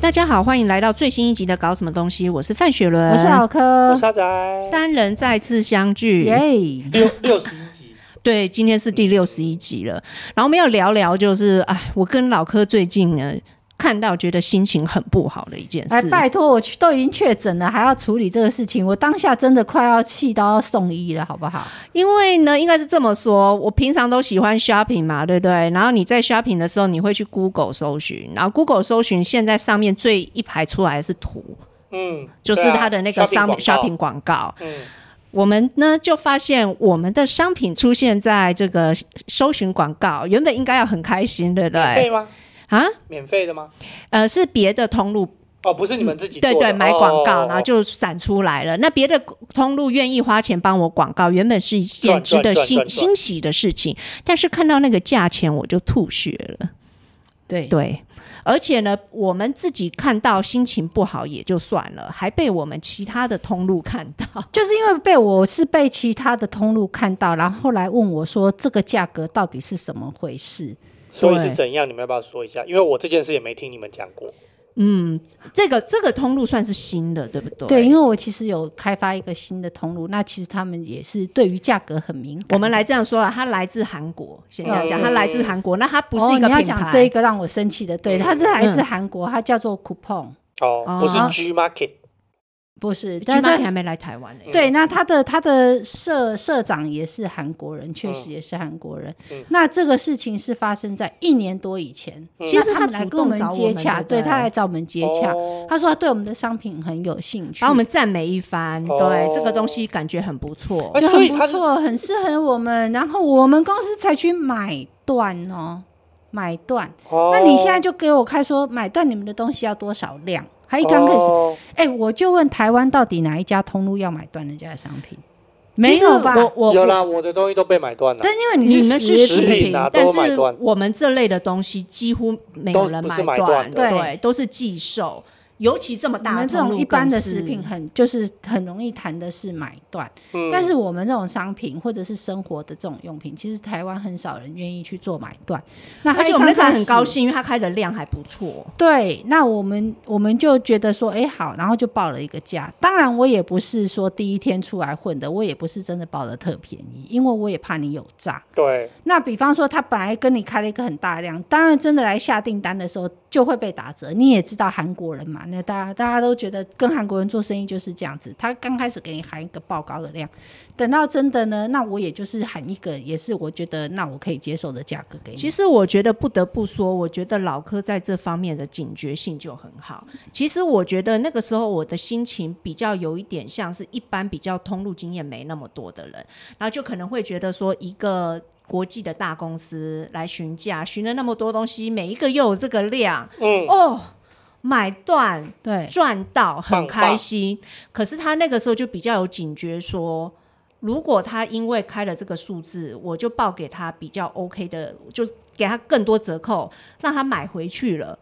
大家好，欢迎来到最新一集的《搞什么东西》，我是范雪伦，我是老我柯，沙仔，三人再次相聚。耶！六六十一集，对，今天是第六十一集了，然后我们要聊聊就是，哎，我跟老柯最近呢看到觉得心情很不好的一件哎，事。拜托，我去都已经确诊了，还要处理这个事情，我当下真的快要气到要送医了，好不好？因为呢，应该是这么说，我平常都喜欢 shopping 嘛，对不对？然后你在 shopping 的时候，你会去 Google 搜寻，然后 Google 搜寻现在上面最一排出来的是图， 嗯，就是对啊它的那个商 shopping 广 shopping 广告。告，嗯，我们呢就发现我们的商品出现在这个搜寻广告，原本应该要很开心，对不免费对？吗？啊，免费的吗？呃，是别的通路哦，不是你们自己做对的对，买广告，哦然后就闪出来了。那别的通路愿意花钱帮我广告，原本是一件赚值得赚赚欣赚欣喜的事情，但是看到那个价钱我就吐血了。对，对，而且呢，我们自己看到心情不好也就算了，还被我们其他的通路看到。就是因为被我是被其他的通路看到，然后后来问我说这个价格到底是什么回事？所以是对怎样？你们要不要说一下？因为我这件事也没听你们讲过。嗯，这个这个通路算是新的，对不对？对，因为我其实有开发一个新的通路，那其实他们也是对于价格很敏感。我们来这样说啊，它来自韩国，先这样讲，嗯它来自韩国，那它不是哦一个你要品讲这牌嗯一。个让我生气的，对，它是来自韩国，它叫做 Coupon，哦哦，不是 G Market，不是，但金它马还没来台湾呢、嗯对，那他的他的社社长也是韩国人，确实也是韩国人。嗯那这个事情是发生在一年多以前，嗯其实那他们来主跟我动们找我接们洽，对不对他来找我们接洽，哦他说他对我们的商品很有兴趣，把我们赞美一番，哦对这个东西感觉很不错。哎就所很以不他是错，很适合我们，然后我们公司才去买断哦，买断。哦那你现在就给我开说买断你们的东西要多少量？还一刚开始哦哎、我就问台湾到底哪一家通路要买断人家的商品？没有吧？其实我我有啦，我的东西都被买断了但，因为你你们是是实实品，体啊但都是买断我们这类的东西几乎没有人都不买是买断的对对都是寄售，尤其这么你大们的这通路种一般的更是食品很就是很容易谈的是买断，嗯但是我们这种商品或者是生活的这种用品，其实台湾很少人愿意去做买断。那而且我还们那刚时候开很始高。兴，因为它开的量还不错。对，那我们我们就觉得说，哎，好，然后就报了一个价。当然，我也不是说第一天出来混的，我也不是真的报的特便宜，因为我也怕你有诈。对，那比方说，他本来跟你开了一个很大量，当然真的来下订单的时候就会被打折。你也知道韩国人嘛，那大家大家都觉得跟韩国人做生意就是这样子，他刚开始给你喊一个报高的量，等到真的呢，那我也就是喊一个，也是我觉得那我可以接受的价格给你。其实实我觉得不得不说，我觉得老柯在这方面的警觉性就很好。其实我觉得那个时候我的心情比较有一点像是一般比较通路经验没那么多的人，然后就可能会觉得说一个。国际的大公司来询价，询了那么多东西，每一个又有这个量，嗯，哦，买断对，赚到很棒开心。可是他那个时候就比较有警觉说。如果他因为开了这个数字，我就报给他比较 OK 的，就给他更多折扣，让他买回去了。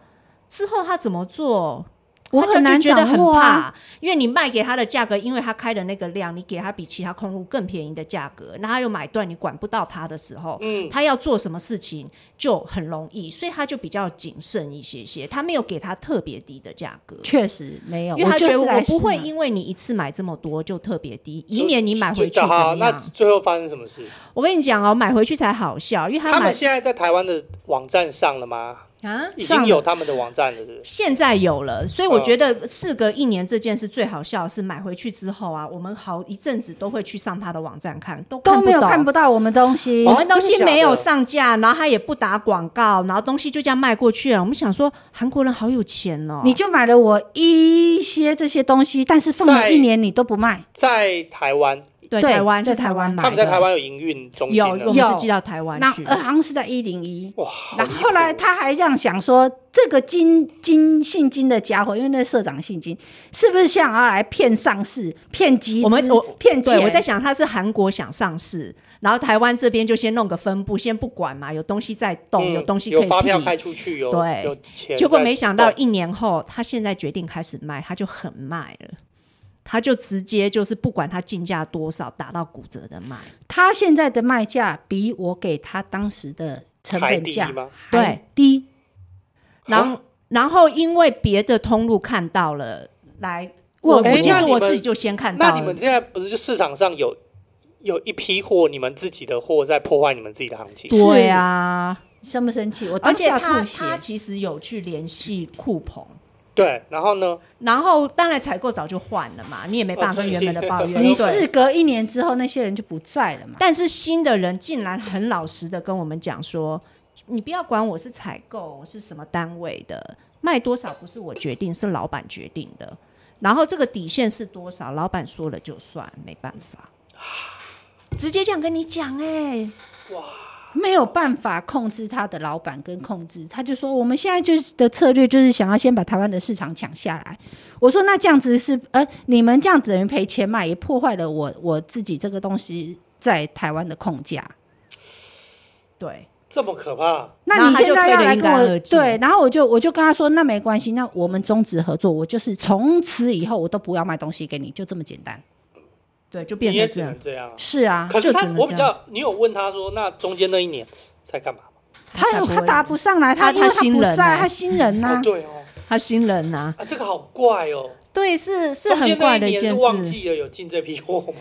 之后他怎么做，我他就很难就觉得掌很握怕，啊。因为你卖给他的价格，因为他开的那个量，你给他比其他空路更便宜的价格，那他又买断，你管不到他的时候，嗯他要做什么事情就很容易，所以他就比较谨慎一些些，他没有给他特别低的价格。确实没有，因为他呃就觉是得我来不试会嘛因为你一次买这么多就特别低，以就免你买回去就怎好么那样？最后发生什么事？我跟你讲哦，买回去才好笑，因为他买们现在在台湾的网站上了吗？啊，已上经了有他们的网站了，是不是？现在有了，所以我嗯觉得事隔一年这件事最好笑的是买回去之后啊，我们好一阵子都会去上他的网站看，都都看哦没有看懂。不到我们东西。我们东真西的假的没有上架，然后他也不打广告，然后东西就这样卖过去了。我们想说，韩国人好有钱哦，你就买了我一些这些东西，但是放在了一年你都不卖，在台湾，对对台湾在是台台湾湾买的，他们在台湾有营运中心有，我了。们是有寄到台湾那去。呃好像是在一零一，哇，好然离后谱后来他还这样想说，这个金金姓金的家伙，因为那社长姓金，是不是想要来骗上市、骗集资我们我骗钱？对，我在想他是韩国想上市，然后台湾这边就先弄个分部，先不管嘛，有东西在动，嗯有东西可有以发票开批。出去，有对有钱在动，结果没想到一年后，他现在决定开始卖，他就很卖了。他就直接就是不管他进价多少，打到骨折的卖。哦他现在的卖价比我给他当时的成本价还低吗还低，然后，然后因为别的通路看到了，来问我我我其哎实那你我们自己就先看到那了。你们现在不是就市场上有有一批货，你们自己的货在破坏你们自己的行情？对啊，生不生气？我而当且下他吐血。他其实有去联系库鹏。对，然后呢？然后当然采购早就换了嘛，你也没办法跟原本的抱怨。哦你对对事隔一年之后，那些人就不在了嘛？但是新的人竟然很老实的跟我们讲说，你不要管我是采购，我是什么单位的，卖多少不是我决定，是老板决定的。然后这个底线是多少，老板说了就算，没办法。直接这样跟你讲哎、没有办法控制他的老板跟控制，他就说我们现在就是的策略就是想要先把台湾的市场抢下来。我说那这样子是呃，你们这样子等于赔钱嘛，也破坏了我我自己这个东西在台湾的控价。对，这么可怕？然那后你他就现在要退了来一跟干我二净对，然后我就我就跟他说，那没关系，那我们终止合作，我就是从此以后我都不要卖东西给你，就这么简单。对，就变你也成只这样能。这样啊。是啊，可是就他只，能我比这样较，你有问他说，那中间那一年在干嘛吗？他才有不他会答不上来，他因他为他新不人在，啊他新人呐、哦，对哦，他新人呐、啊，这个好怪哦。对，是是中很间怪那的一一年件是事。忘记了有进这批货吗？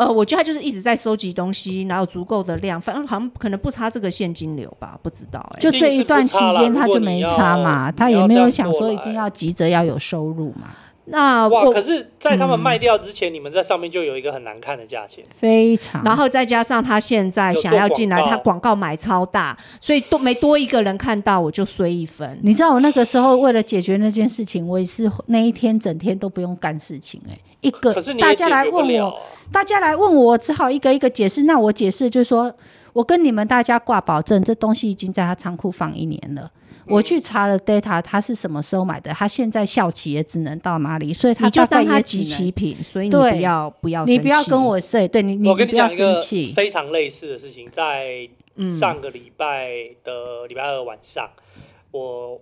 呃，我觉得他就是一直在收集东西，然后足够的量，反正好像可能不差这个现金流吧，不知道哎、就一定这一是不段期差啦间如他果就你没要差嘛，你他也要没这有样想过说一来定要急着要有收入嘛，那哇！啊我嗯可是，在他们卖掉之前，你们在上面就有一个很难看的价钱。非常。然后再加上他现在想要进来，有做广告他广告买超大，所以多每多一个人看到我就衰一分。你知道我那个时候为了解决那件事情，我也是那一天整天都不用干事情、欸，一个可是你大也家解来决不问了我，啊。大家来问我，我只好一个一个解释。那我解释就是说，我跟你们大家挂保证，这东西已经在他仓库放一年了。嗯我去查了 data，他是什么时候买的？他现在效期也只能到哪里，所以他你就大概当他也只集能齐品，所以你对不要不要你生不要气跟我睡，对你你我跟你你不要讲一生个气。非常类似的事情，在嗯上个礼拜的礼拜二晚上，我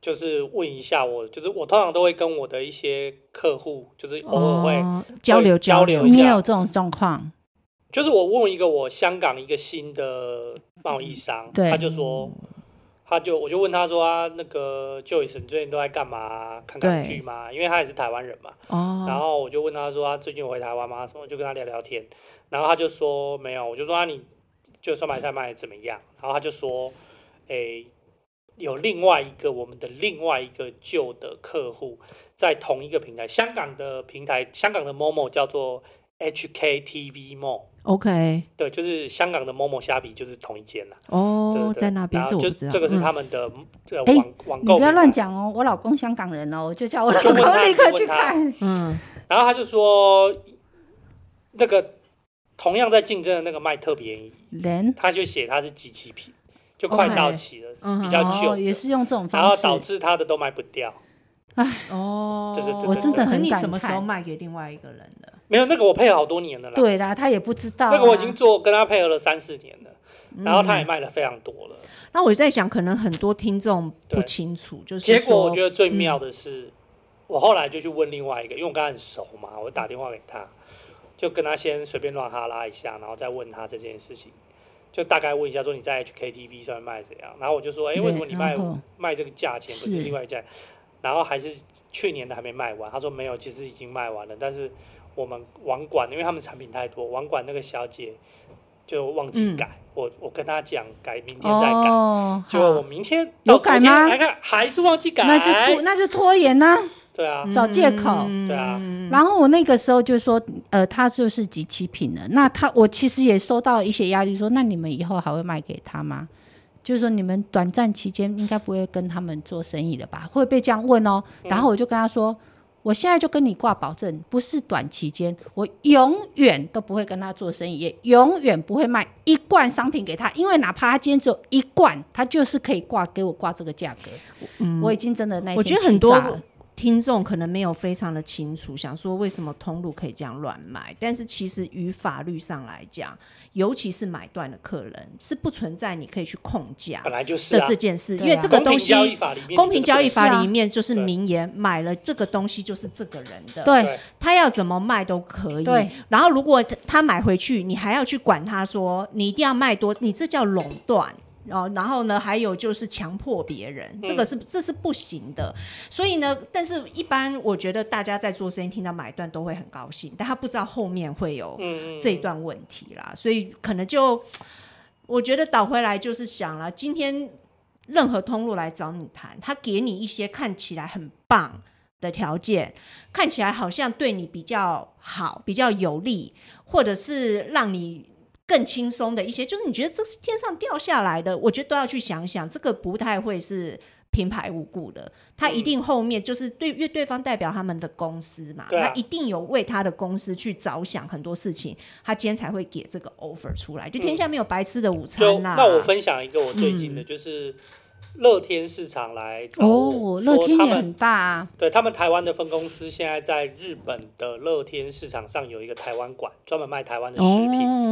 就是问一下我，就是我通常都会跟我的一些客户，就是偶尔会，哦交流会交流一流下你也有这种状况，就是我问一个我香港一个新的贸易商，对他就说，他就我就问他说啊，那个 Joyce 你最近都在干嘛啊？看对港剧吗？因为他也是台湾人嘛。然哦，后我就问他说啊，最近有回台湾吗？什么？就跟他聊聊天。然后他就说没有，我就说啊，你就酸白菜卖的怎么样？然后他就说，诶，有另外一个我们的另外一个旧的客户，在同一个平台，香港的平台，香港的 Momo 叫做 HKTV Mall， ，OK，对，就是香港的 Momo 虾皮就是同一间啦。对哦对，对在那边然这我后就不知道，这个是嗯他们的呃诶网网你购，不要乱。讲哦。我老公香港人哦，我就叫我老就问他公 立刻就去问他看。嗯然后他就说，那个同样在竞争的那个卖特便宜，人他就写他是机器品，就快到期了 OK 比较旧哦，的也是用这种然后方式。导致他的都卖不掉。哦，对对对对我真的很那你感什么时候慨卖给另外一个人的？没有那个我配合好多年了啦，对啦，他也不知道啊、那个我已经做跟他配合了三四年了，然后他也嗯卖了非常多了。那我在想，可能很多听众不对清楚，就是结果我说觉得最妙的是，我后来就去问另外一个，因为我跟他很熟嘛，我打电话给他，就跟他先随便乱哈拉一下，然后再问他这件事情，就大概问一下说你在 HKTV 上面卖怎样，然后我就说，哎、对为什么你卖然后卖这个价钱不是是另外一家？然后还是去年的还没卖完，他说没有，其实已经卖完了，但是我们网管，因为他们产品太多，网管那个小姐就忘记嗯改，我我跟她讲改，明天再改。哦，结果我明天有到昨改天吗来看，还是忘记改。那就不那就拖延呐、对嗯啊，找借口。对啊，然后我那个时候就说，呃，他就是集齐品了。那他我其实也收到一些压力说那你们以后还会卖给他吗？就是说你们短暂期间应该不会跟他们做生意了吧？会被这样问哦。嗯然后我就跟他说，我现在就跟你挂保证，不是短期间，我永远都不会跟他做生意，也永远不会卖一罐商品给他，因为哪怕他今天只有一罐，他就是可以挂给我挂这个价格。我已经真的那一嗯我天觉得很多气炸了听众可能没有非常的清楚，想说为什么通路可以这样乱买，但是其实于法律上来讲，尤其是买断的客人是不存在你可以去控价本来就是的啊这。件事，对啊因为这个公平东西交易法里面，公平交易是法啊里面就是对明言，买了这个东西就是这个人的，对。对，他要怎么卖都可以。对，然后如果他他买回去，你还要去管他说你一定要卖多，你这叫垄断。哦，然后呢，还有就是强迫别人，这个是这是不行的。所以呢，但是一般我觉得大家在做生意听到买断都会很高兴，但他不知道后面会有嗯，嗯这一段问题啦，所以可能就我觉得倒回来就是想了，今天任何通路来找你谈，他给你一些看起来很棒的条件，看起来好像对你比较好、比较有利，或者是让你。更轻松的一些，就是你觉得这是天上掉下来的，我觉得都要去想想，这个不太会是平白无故的，他一定后面就是对，因为对方代表他们的公司嘛，对啊他一定有为他的公司去着想很多事情，他今天才会给这个 offer 出来。就天下没有白吃的午嗯就餐啦。嗯那我分享一个我最近的，就是乐天市场来找我哦，乐说天他也们很大啊，对他们台湾的分公司现在在日本的乐天市场上有一个台湾馆，专门卖台湾的食品。哦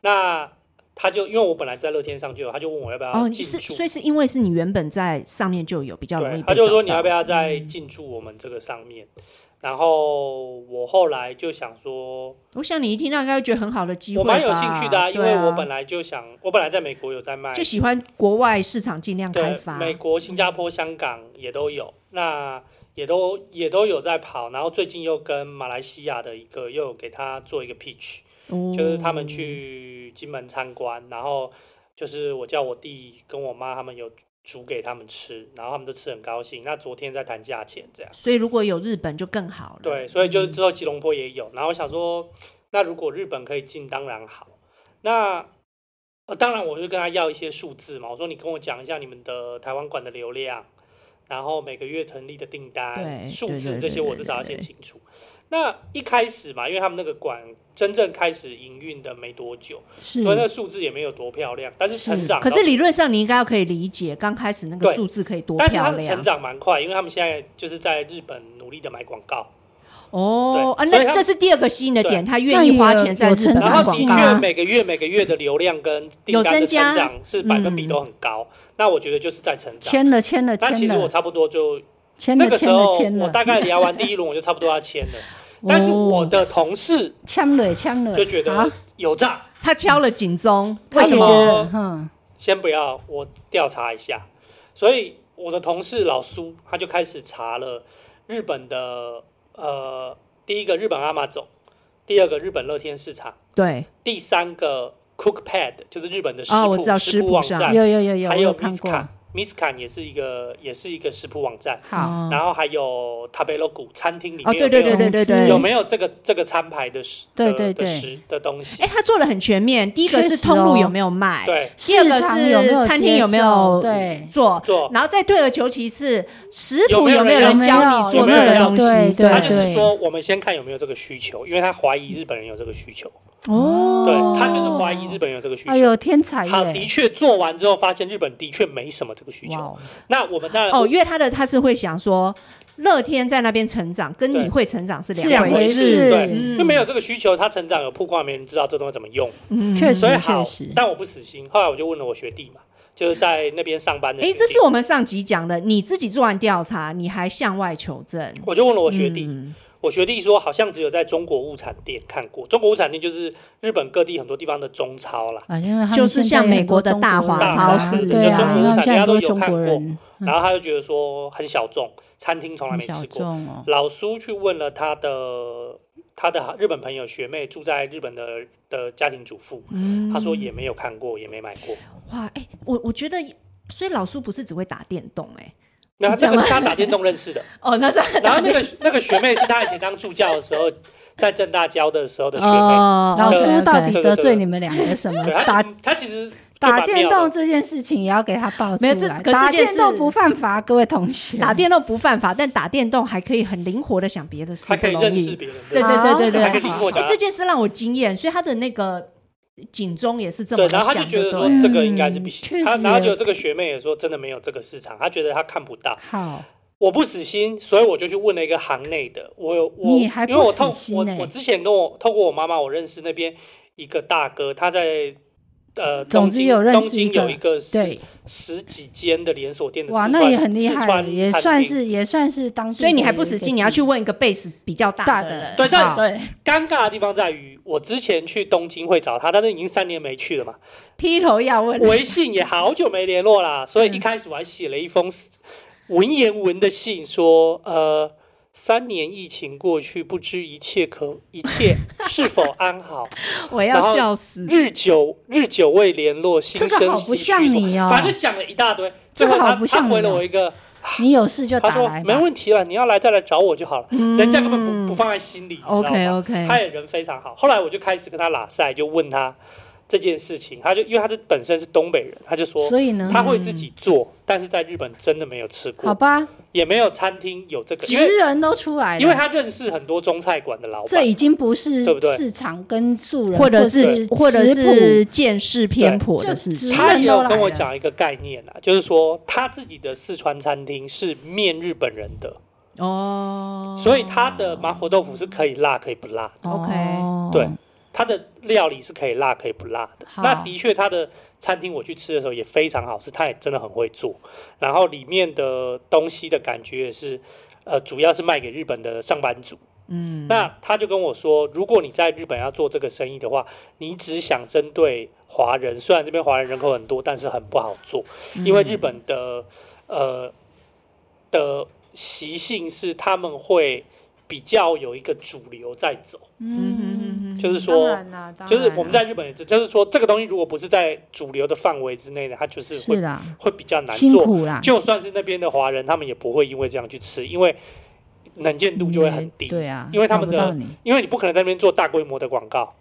那他就因为我本来在乐天上就有，他就问我要不要哦，啊进是驻，所以是因为是你原本在上面就有比较容易对，被他就找说你要不到嗯要再进驻我们这个上面。然后我后来就想说，我想你一听到应该会觉得很好的机会我吧，蛮有兴趣的、啊因为我本来、来就想，我本来在美国有在卖，就喜欢国外市场尽量开对，发。美国、新加坡、香港也都有，那也都也都有在跑。然后最近又跟马来西亚的一个又有给他做一个 pitch，、哦就是他们去金门参观，然后就是我叫我弟跟我妈他们有煮给他们吃，然后他们都吃得很高兴。那昨天在谈价钱这样，所以如果有日本就更好了。对，所以嗯就是之后吉隆坡也有。然后我想说，那如果日本可以进，当然好。那呃，当然我就跟他要一些数字嘛，我说你跟我讲一下你们的台湾馆的流量，然后每个月成立的订单对数对字对这对些，我对至少要对先清楚。那一开始嘛，因为他们那个馆真正开始营运的没多久，是所以那个数字也没有多漂亮，但是成长可到是理论上你应该要可以理解，刚开始那个对数字可以多但是他漂们成亮长蛮快，因为他们现在就是在日本努力的买广告，哦啊，对所以那他这是第二个吸引的点，他那愿也意花钱在有日本成然打后长广的性啊告确，每个月每个月的流量跟有订单的增加成长是百分比都很高，那我觉得就是在成长。签了签了那其签实我了差不多就签那了个时签了候签，我了，大概聊完第一轮，我就差不多要签了。但是我的同事签了签了，就觉啊得有诈，他敲了警钟，我为也什觉么？得，嗯哼，先不要，我调查一下。所以我的同事老苏他就开始查了日本的呃，第一个日本阿玛总，第二个日本乐天市场，对，第三个 Cookpad 就是日本的食哦我知谱、道食食谱网上站，有有有有，还我有看过， Miscan，Miscan 也是一个也是一个食谱网站，好，哦然后还有 Tabelo 谷餐厅里哦，面有对没对有对对对对。有没有这个这个餐牌的食对的对对的食的东西哎，？他做的很全面。第一个确是实通路哦有没有卖，对，第二个市场有没有是餐厅接有没受有对做，做然后再退而求其次，食有谱没有有没人人要教你有做没这有个人东西？对对他就是说我们先看有没有这个需求，因为他怀疑日本人有这个需求，哦，对他就是怀疑日本人有这个需哎求。呦，天才好，的耶！确做完之后发现日本的确没什么这个需哇求。哦，那我们当然哦，因为他的他是会想说，乐天在那边成长，跟对你会成长是是两两回回事事。对，嗯因为没有这个需求，他成长有曝光，没人知道这东西怎么用。嗯确实所以好确实，但我不死心。后来我就问了我学弟嘛，就是在那边上班的学哎，弟，这是我们上集讲的，你自己做完调查，你还向外求证。我就问了我学弟，嗯我学弟说好像只有在中国物产店看过，中国物产店就是日本各地很多地方的中超啦。啊，因为他们就是现在像有很美国的多中大国华人超啊市对有中啊，国因为他们产大现家在都多有中看国过人，然后他就觉得说很小众，餐厅从来很没小吃过。众哦，老苏去问了他的他的日本朋友学妹住在日本的的家庭主妇，嗯他说也没有看过，也没买过。哇，哎、我我觉得，所以老苏不是只会打电动、欸那这个是他打电动认识的，哎，哦，那 是 然后那个那个学妹是他以前当助教的时候，在正大教的时候的学妹。哦老苏到底对对得对罪你们两个什么 对，？他打其实他其实就打蛮电妙的动这件事情也要给他爆出没有这来，可是打这件电动事不犯法，各位同学，打电动不犯法，但打电动还可以很灵活的想别的事，还可以很容认易识别人，对吧对对对对，还可以灵活哎、讲这。件事让我惊艳，所以他的那个警钟也是这么对，响然后他就觉得对说了嗯这个应该是不行，确他实然后就这个学妹也说真的没有这个市场，他觉得他看不到。好，我不死心，所以我就去问了一个行内的，我有我，你还不因为我透死心我欸我之前跟我透过我妈妈，我认识那边一个大哥，他在呃，总东之京有认识东京一个有一个十对，十几间的连锁店的哇，四那川也很厉四害，川也餐算厅是也算是当地的一个资。所以你还不死心，你要去问一个 base 比较大的的人。对但好对，尴尬的地方在于，我之前去东京会找他，但是已经三年没去了嘛，劈头要问，微信也好久没联络嗯啦，所以一开始我还写了一封文言文的信，说呃，三年疫情过去，不知一切可一切是否安好，我要然后笑死。日久 日久未联络，心这生个好不唏嘘像你哦反正就讲了一大堆，这最个后好他不像他你哦回了我一个，你有事就他打说来吧。嗯没问题了，你要来再来找我就好了，人家根本不不放在心里，你知道吗 OK 哎 OK，他也人非常好。后来我就开始跟他拉塞，就问他这件事情，他就因为他是本身是东北人，他就说所以呢，他会自己做，但是在日本真的没有吃好过，吧，也没有餐厅有这个，因为职人都出来了，因为他认识很多中菜馆的老这板，已经不是对不对市场跟素人，或者是是或者食是见识偏颇的事就情是。他也人有都跟来我了讲一个概念啊，就是说他自己的四川餐厅是面日本人的，哦所以他的麻婆豆腐是可以辣可以不辣，谱 OK，哦对他的料理是可以辣可以不辣的。好那的确，他的餐厅我去吃的时候也非常好吃，他也真的很会做。然后里面的东西的感觉也是，呃，主要是卖给日本的上班族。嗯，那他就跟我说，如果你在日本要做这个生意的话，你只想针对华人，虽然这边华人人口很多，但是很不好做，嗯因为日本的、呃的习性是他们会比较有一个主流在走，嗯嗯嗯就是当说。然啦，当然啦就是我们在日本也是，就是说这个东西如果不是在主流的范围之内呢，它就是会是啦，会比较难辛做。苦啊啦，就算是那边的华人，他们也不会因为这样去吃，因为能见度就会很低，对啊，因为他们的找不到你因为你不可能在那边做大规模的广告，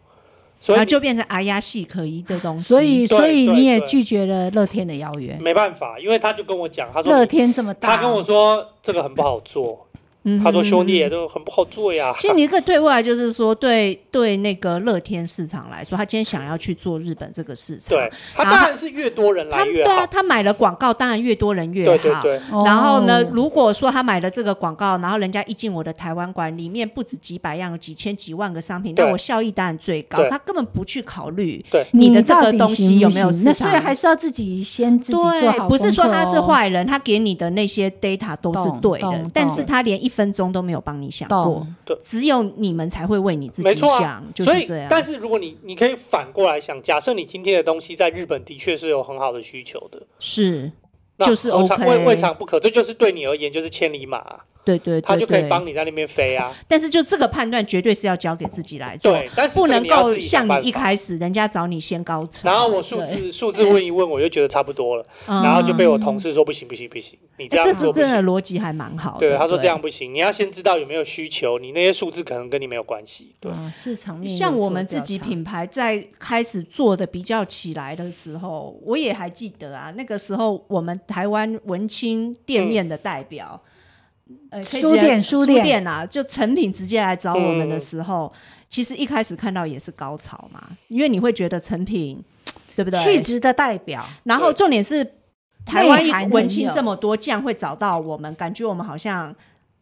所然以后你就变成阿亚系可疑的东西。所以对所以对你也对拒绝了乐天的邀约。没办法。因为他就跟我讲，他说乐天这么大，他跟我说这个很不好做，嗯他说兄弟，嗯嗯嗯这个很不好做呀。其实你可以退回来，就是说对对那个乐天市场来说，他今天想要去做日本这个市场， 对，他然后当然是越多人他来对越啊，好，他买了广告，当然越多人越好。对对对，哦，然后呢？如果说他买了这个广告，然后人家一进我的台湾馆，里面不止几百样、有几千、几万个商品，对那我效益当然最高对。他根本不去考虑你你的这到个底东行西不有没有行市那所以场还是要自己先自己做对，好不是说功课他是哦，坏人，他给你的那些 data 都懂是对懂的，但懂是他连一分钟都没有帮你想过懂，只有你们才会为你自没己错啊想，就所是以这样，。但是如果你你可以反过来想，假设你今天的东西在日本的确是有很好的需求的，是，那就是何尝 OK 未未尝不可，这就是对你而言就是千里马啊、对对对对，它就可以帮你在那边飞啊。但是就这个判断，绝对是要交给自己来做，对，但是这不个能你要够自己像想办你一法。开始人家找你先高层，然后我数字数字问一问，我就觉得差不多了，然后就被我同事说不行不行不行，你嗯。这哎这样是做不真行。的逻辑还蛮好的。对，他说这样不行，你要先知道有没有需求，你那些数字可能跟你没有关系。对，啊市场面像有我做们调自己查品牌在开始做的比较起来的时候，我也还记得啊，那个时候我们台湾文青店面的代表，呃，可以书直接店书书店啊，就成品直接来找我们的嗯时候，其实一开始看到也是高潮嘛，因为你会觉得成品，对不对？气质的代表，然后对重点是，台内涵湾很文青有这么多，这样会找到我们，感觉我们好像，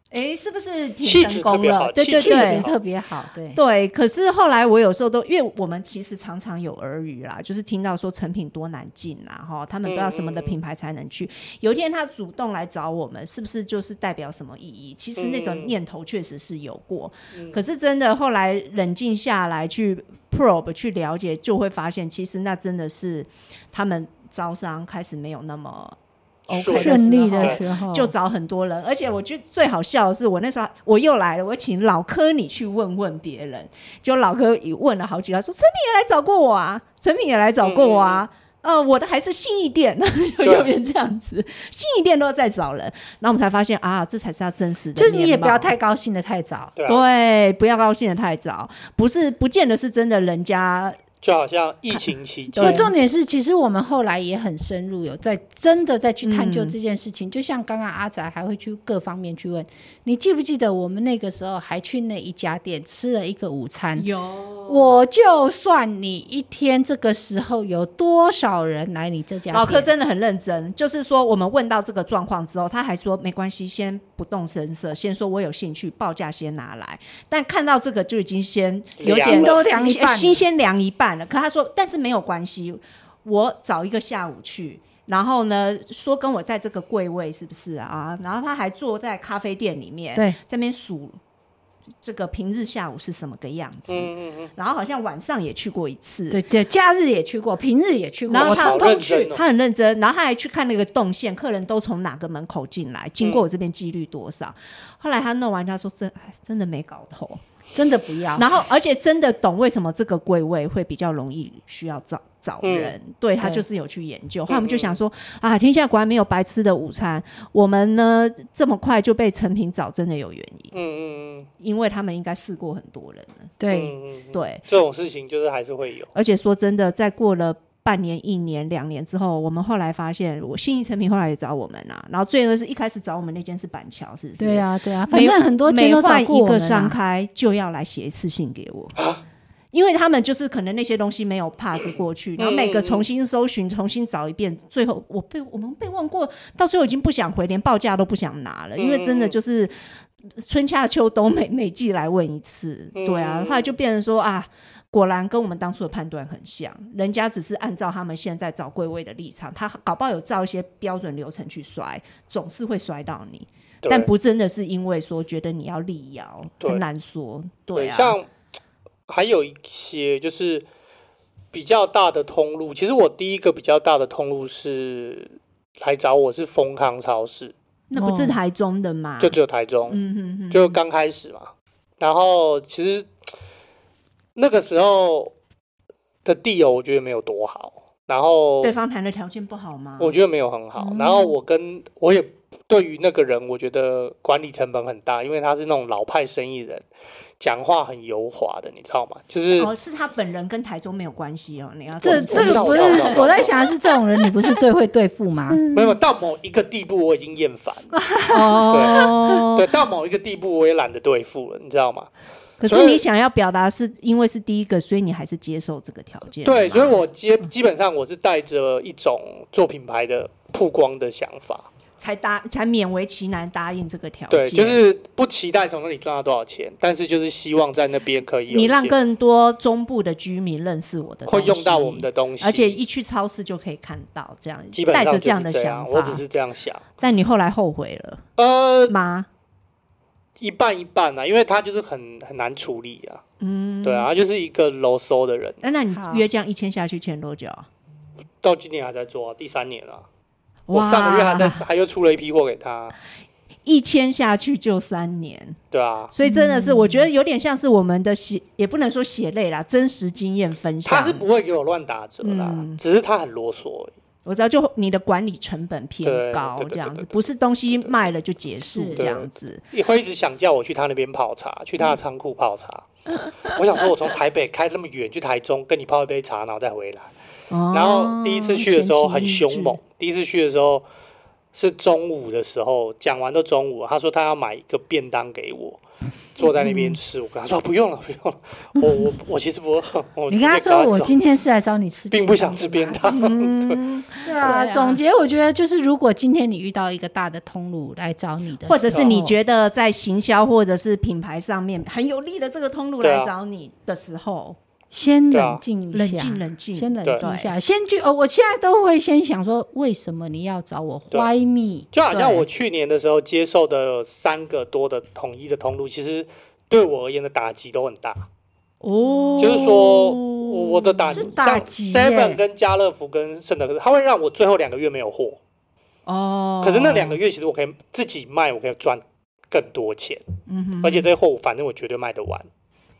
哎，是不是气挺质成特功别好了？对气对气质对。特别好，对，对，可是后来我有时候都，因为我们其实常常有耳语啦，就是听到说成品多难进啦，哈，他们都要什么的嗯嗯嗯品牌才能去。有一天他主动来找我们，是不是就是代表什么意义？其实那种嗯念头确实是有过，嗯可是真的后来冷静下来去 probe 去了解，就会发现其实那真的是他们招商开始没有那么 OK 对时顺利候的对时候就找很多人，而且我觉得最好笑的是，我那时候我又来了，我请老柯你去问问别人，就老柯也问了好几个，他说陈品也来找过我啊，陈品也来找过我嗯啊。呃，我的还是信义店， 就对就变这样子，信义店都在找人，然后我们才发现啊，这才是他真实的就面是貌。你也不要太高兴的太早，对啊，对，不要高兴的太早，不是不见得是真的，人家就好像疫情期对不，间，重点是，其实我们后来也很深入，有在真的再去探究嗯这件事情。就像刚刚阿宅还会去各方面去问，你记不记得我们那个时候还去那一家店吃了一个午餐？有我就算你一天这个时候有多少人来你这家店，老柯真的很认真，就是说我们问到这个状况之后，他还说没关系，先不动声色，先说我有兴趣，报价先拿来。但看到这个就已经先有凉点心都凉一半了心先凉一半了。可他说，但是没有关系。我找一个下午去，然后呢说跟我在这个柜位是不是啊？然后他还坐在咖啡店里面，对，这边数这个平日下午是什么个样子，嗯嗯嗯，然后好像晚上也去过一次，对对，假日也去过，平日也去过，然后我他通好通认真去。哦他很认真，然后他还去看那个动线，客人都从哪个门口进来，经过我这边几率多少。嗯后来他弄完，他说真哎真的没搞头，真的不要。然后而且真的懂为什么这个柜位会比较容易需要找找人，嗯对他对就是有去研究。后来我们就想说啊，天下果然没有白吃的午餐，我们呢这么快就被成品找，真的有原因，嗯嗯嗯，因为他们应该试过很多人了，对，嗯嗯嗯对。这种事情就是还是会有，而且说真的，在过了半年、一年、两年之后，我们后来发现，我信义成品后来也找我们啊。然后最恶是一开始找我们那间是板桥，是不嗯是？对啊，对啊，反每，正很多间每都找换过一我个们商啊。开就要来写一次信给我。因为他们就是可能那些东西没有 pass 过去，然后每个重新搜寻、重新找一遍，最后我被我们被问过，到最后已经不想回，连报价都不想拿了，因为真的就是春夏秋冬每每季来问一次，对啊，后来就变成说啊，果然跟我们当初的判断很像，人家只是按照他们现在找柜位的立场，他搞不好有照一些标准流程去摔，总是会摔到你。对但不真的是因为说觉得你要力摇，对很难说，对，对啊，像还有一些就是比较大的通路，其实我第一个比较大的通路是来找我是丰康超市，那不哦是台中的嘛？就只有台中，啊嗯哼哼，就刚开始嘛。然后其实那个时候的地哦友我觉得没有多好，然后对方谈的条件不好吗？我觉得没有很好。嗯然后我跟我也对于那个人，我觉得管理成本很大，因为他是那种老派生意人，讲话很油滑的，你知道吗？就是、哦，是他本人跟台中没有关系哦，你要这我这知个道不我是知道我知道我在想的是这种人，你不是最会对付吗？没有到某一个地步，我已经厌烦了。 哦，对，到某一个地步，我也懒得对付了，你知道吗？可所是以你想要表达是因为是第一个，所以你还是接受这个条件的嘛。对，所以我基基本上我是带着一种做品牌的曝光的想法，才答才勉为其难答应这个条件。对，就是不期待从那里赚到多少钱，但是就是希望在那边可以有一你让些更多中部的居民认识我的东会西，用到我们的东西，而且一去超市就可以看到，这样基本上带着就是这样的想法，我只是这样想。但你后来后悔了呃，吗？一半一半啊，因为他就是很很难处理啊，嗯，对啊，他就是一个啰嗦的人，那那你好约这样一签下去签多久啊？到今年还在做、啊，第三年了、我上个月还在，还又出了一批货给他，一签下去就三年，对啊，所以真的是我觉得有点像是我们的血，也不能说血泪啦，真实经验分享。啊他是不会给我乱打折啦，嗯只是他很啰嗦而已。我知道，就你的管理成本偏对高对对这样对子，对不是东西卖了就结束是这样子。也会一直想叫我去他那边泡茶，去他的仓库泡茶。我想说，我从台北开那么远去台中，跟你泡一杯茶，然后再回来。哦然然后第一次去的时候很凶猛，，第一次去的时候是中午的时候，讲完都中午了，他说他要买一个便当给我。坐在嗯那边吃，我跟他说啊不用了，不用了，我我我其实不饿，我你直接跟他他说我走今天是来找你吃，并不想吃便。当，嗯，对啊，对啊总结我觉得就是，如果今天你遇到一个大的通路来找你 的时候，或者是你觉得在行销或者是品牌上面很有利的这个通路对啊来找你的时候，先对啊冷静一下，冷静冷静，先冷静一下，先去哦。我现在都会先想说，为什么你要找我对？Why me？就好像对我去年的时候接受的三个多的统一的通路，其实对我而言的打击都很大。哦，就是说我的打是打击耶 Seven 跟家乐福跟圣德克，它会让我最后两个月没有货。哦，可是那两个月其实我可以自己卖，我可以赚更多钱。嗯而且这些货我反正我绝对卖得完。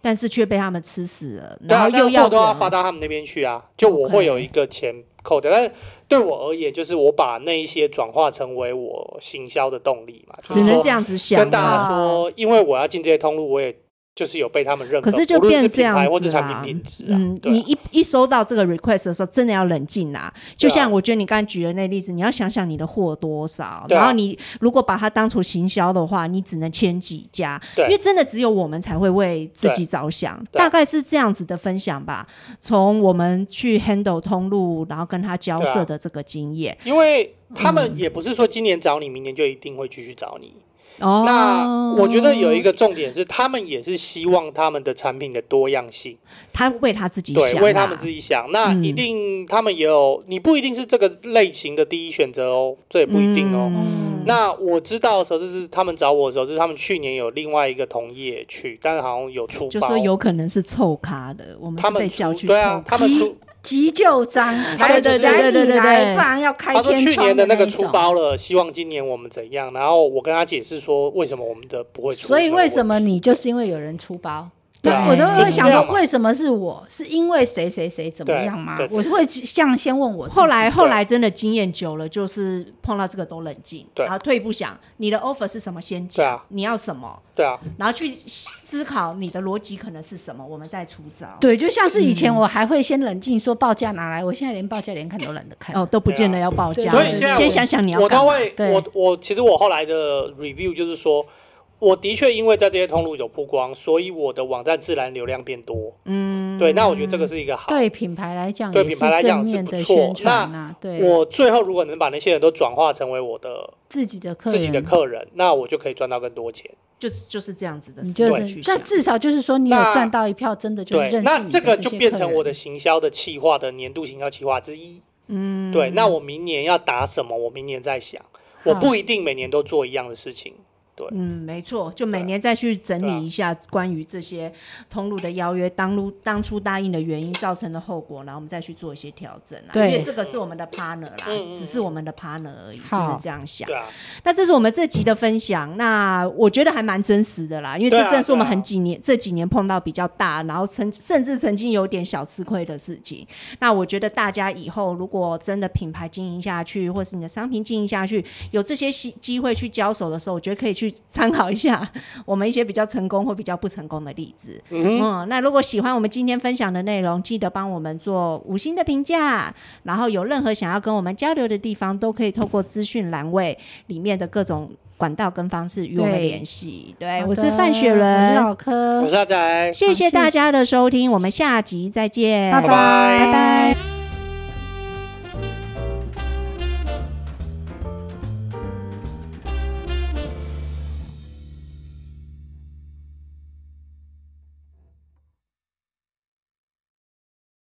但是却被他们吃死了，对然啊后，又但货要都要人发到他们那边去啊，就我会有一个钱扣掉。但是对我而言，就是我把那一些转化成为我行销的动力嘛，只能这样样子想啊。跟大家说，因为我要进这些通路，我也。就是有被他们认可，可是就无论是变这品样牌或者子产啦品品质啊，嗯，对啊你一一收到这个 request 的时候，真的要冷静啊！就像我觉得你刚才举的那例子，你要想想你的货多少，对啊然后你如果把它当成行销的话，你只能签几家，对因为真的只有我们才会为自己着想，对啊大概是这样子的分享吧。从我们去 handle 通路，然后跟他交对涉啊的这个经验，因为他们也不是说今年找你，明年就一定会继续找你。哦，啊那我觉得有一个重点是，他们也是希望他们的产品的多样性，他为他自己想啊嗯对，啦，为他们自己想。那一定他们也有，你不一定是这个类型的第一选择哦，这也不一定哦。嗯那我知道的时候，就是他们找我的时候，就是他们去年有另外一个同业去，但是好像有出嗯就包说，有可能是凑咖的，我们哦他是们被叫出去凑对啊，他们出嗯急救章，他来们就是来你对对对来，对不然要开他说天去窗年的那那个一出种包了，希望今年我们怎样。然后我跟他解释说，为什么我们的不会出这个所问题，以为什么你就是因为有人出包？对啊我都会想就是这样说，嘛为什么是我？是因为谁谁谁怎么对样吗对？对我会像先问我自己。后来后来真的经验久了，就是碰到这个都冷静，对然后退一步想，你的 offer 是什么先对讲，啊，你要什么，对啊，然后去思考你的逻辑可能是什么，我们再出招。对，就像是以嗯前我还会先冷静说报价拿来，我现在连报价连看都懒得看。哦，都不见得要报对价，啊所以你现在先我想想你要我干都嘛。会，对我我其实我后来的 review 就是说，我的确因为在这些通路有曝光，所以我的网站自然流量变多。嗯，对，那我觉得这个是一个好。对品牌来讲，对也品是牌来正讲面是不的错宣传啊。对啊，我最后如果能把那些人都转化成为我的自己的客自己的人，客人，那我就可以赚到更多钱。就就是这样子的你思就维是去，想但。至少就是说你有那赚到一票，真的就是认识对，那你这个的就些变客成人我的行销的企划的年度行销企划之一。嗯，对，那我明年要打什么？我明年再想，我好不一定每年都做一样的事情。嗯，没错，就每对年再去整对啊理一下关于这些通路的邀约，当路当初答应的原因造成的后果，然后我们再去做一些调整啊。因对为这个是我们的 partner 啦，嗯嗯嗯只是我们的 partner 而已，只好能这样想对。啊，那这是我们这集的分享，那我觉得还蛮真实的啦，因为对这啊正是我们对啊很几年、这几年碰到比较大，然后曾甚至曾经有点小吃亏的事情。那我觉得大家以后如果真的品牌经营下去，或是你的商品经营下去，有这些机机会去交手的时候，我觉得可以去参考一下我们一些比较成功或比较不成功的例子。嗯那如果喜欢我们今天分享的内容，记得帮我们做五星的评价，然后有任何想要跟我们交流的地方，都可以透过资讯栏位里面的各种管道跟方式与我们对联系。对，好哎我是的范雪我是伦，老柯我，是阿宅，谢好谢谢大家的收听，我们下集再见，拜拜拜拜